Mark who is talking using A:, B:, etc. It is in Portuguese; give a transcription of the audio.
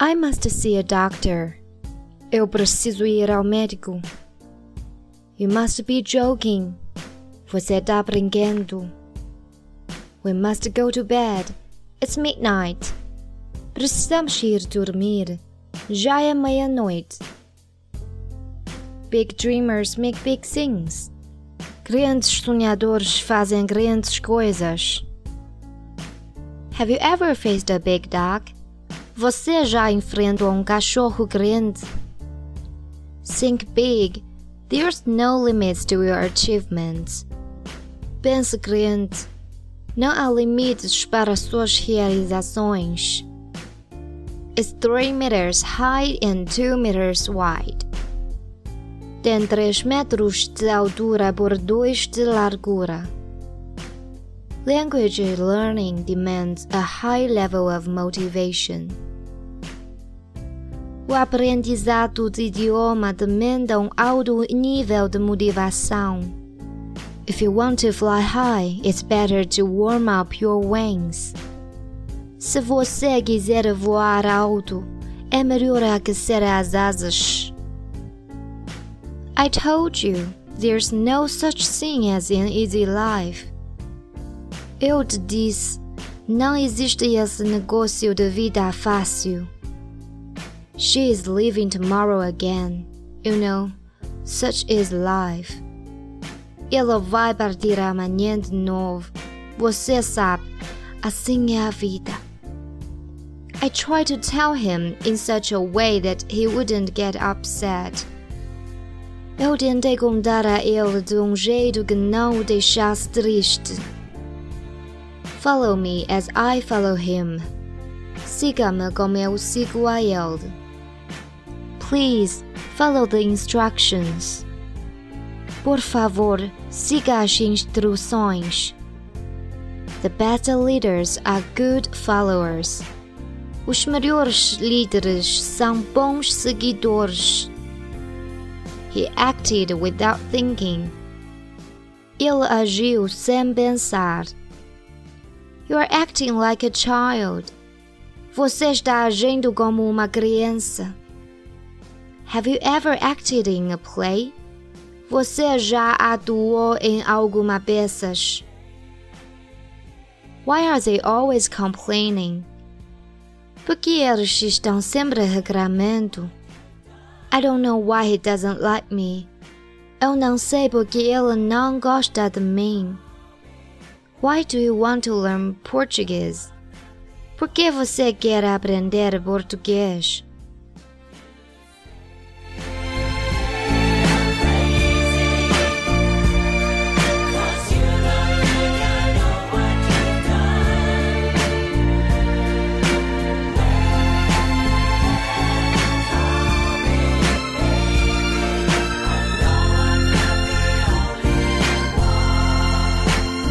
A: I must see a doctor. Eu preciso ir ao médico. You must be joking. Você está brincando. We must go to bed. It's midnight. Precisamos ir dormir. Já é meia-noite. Big dreamers make big things. Grandes sonhadores fazem grandes coisas. Have you ever faced a big dog? Você já enfrentou um cachorro grande? Think big. There's no limits to your achievements. Pense grande. Não há limites para suas realizações. It's 3 meters high and 2 meters wide. Tem 3 metros de altura por 2 de largura. Language learning demands a high level of motivation. O aprendizado de idioma demanda um alto nível de motivação. If you want to fly high, it's better to warm up your wings. Se você quiser voar alto, é melhor aquecer as asas. I told you, there's no such thing as an easy life. Eu te disse, não existe esse negócio de vida fácil. She is leaving tomorrow again. You know, such is life. Ela vai partir amanhã de novo. Você sabe, assim é a vida. I tried to tell him in such a way that he wouldn't get upset. Eu tentei contar a ele de um jeito que não o deixasse triste. Follow me as I follow him. Siga-me como eu sigo a ele. Please follow the instructions. Por favor, siga as instruções. The best leaders are good followers. Os melhores líderes são bons seguidores. He acted without thinking. Ele agiu sem pensar. You are acting like a child. Você está agindo como uma criança. Have you ever acted in a play? Você já atuou em alguma peças? Why are they always complaining? Porque eles estão sempre reclamando. I don't know why he doesn't like me. Eu não sei porque ele não gosta de mim. Why do you want to learn Portuguese? Por que você quer aprender português?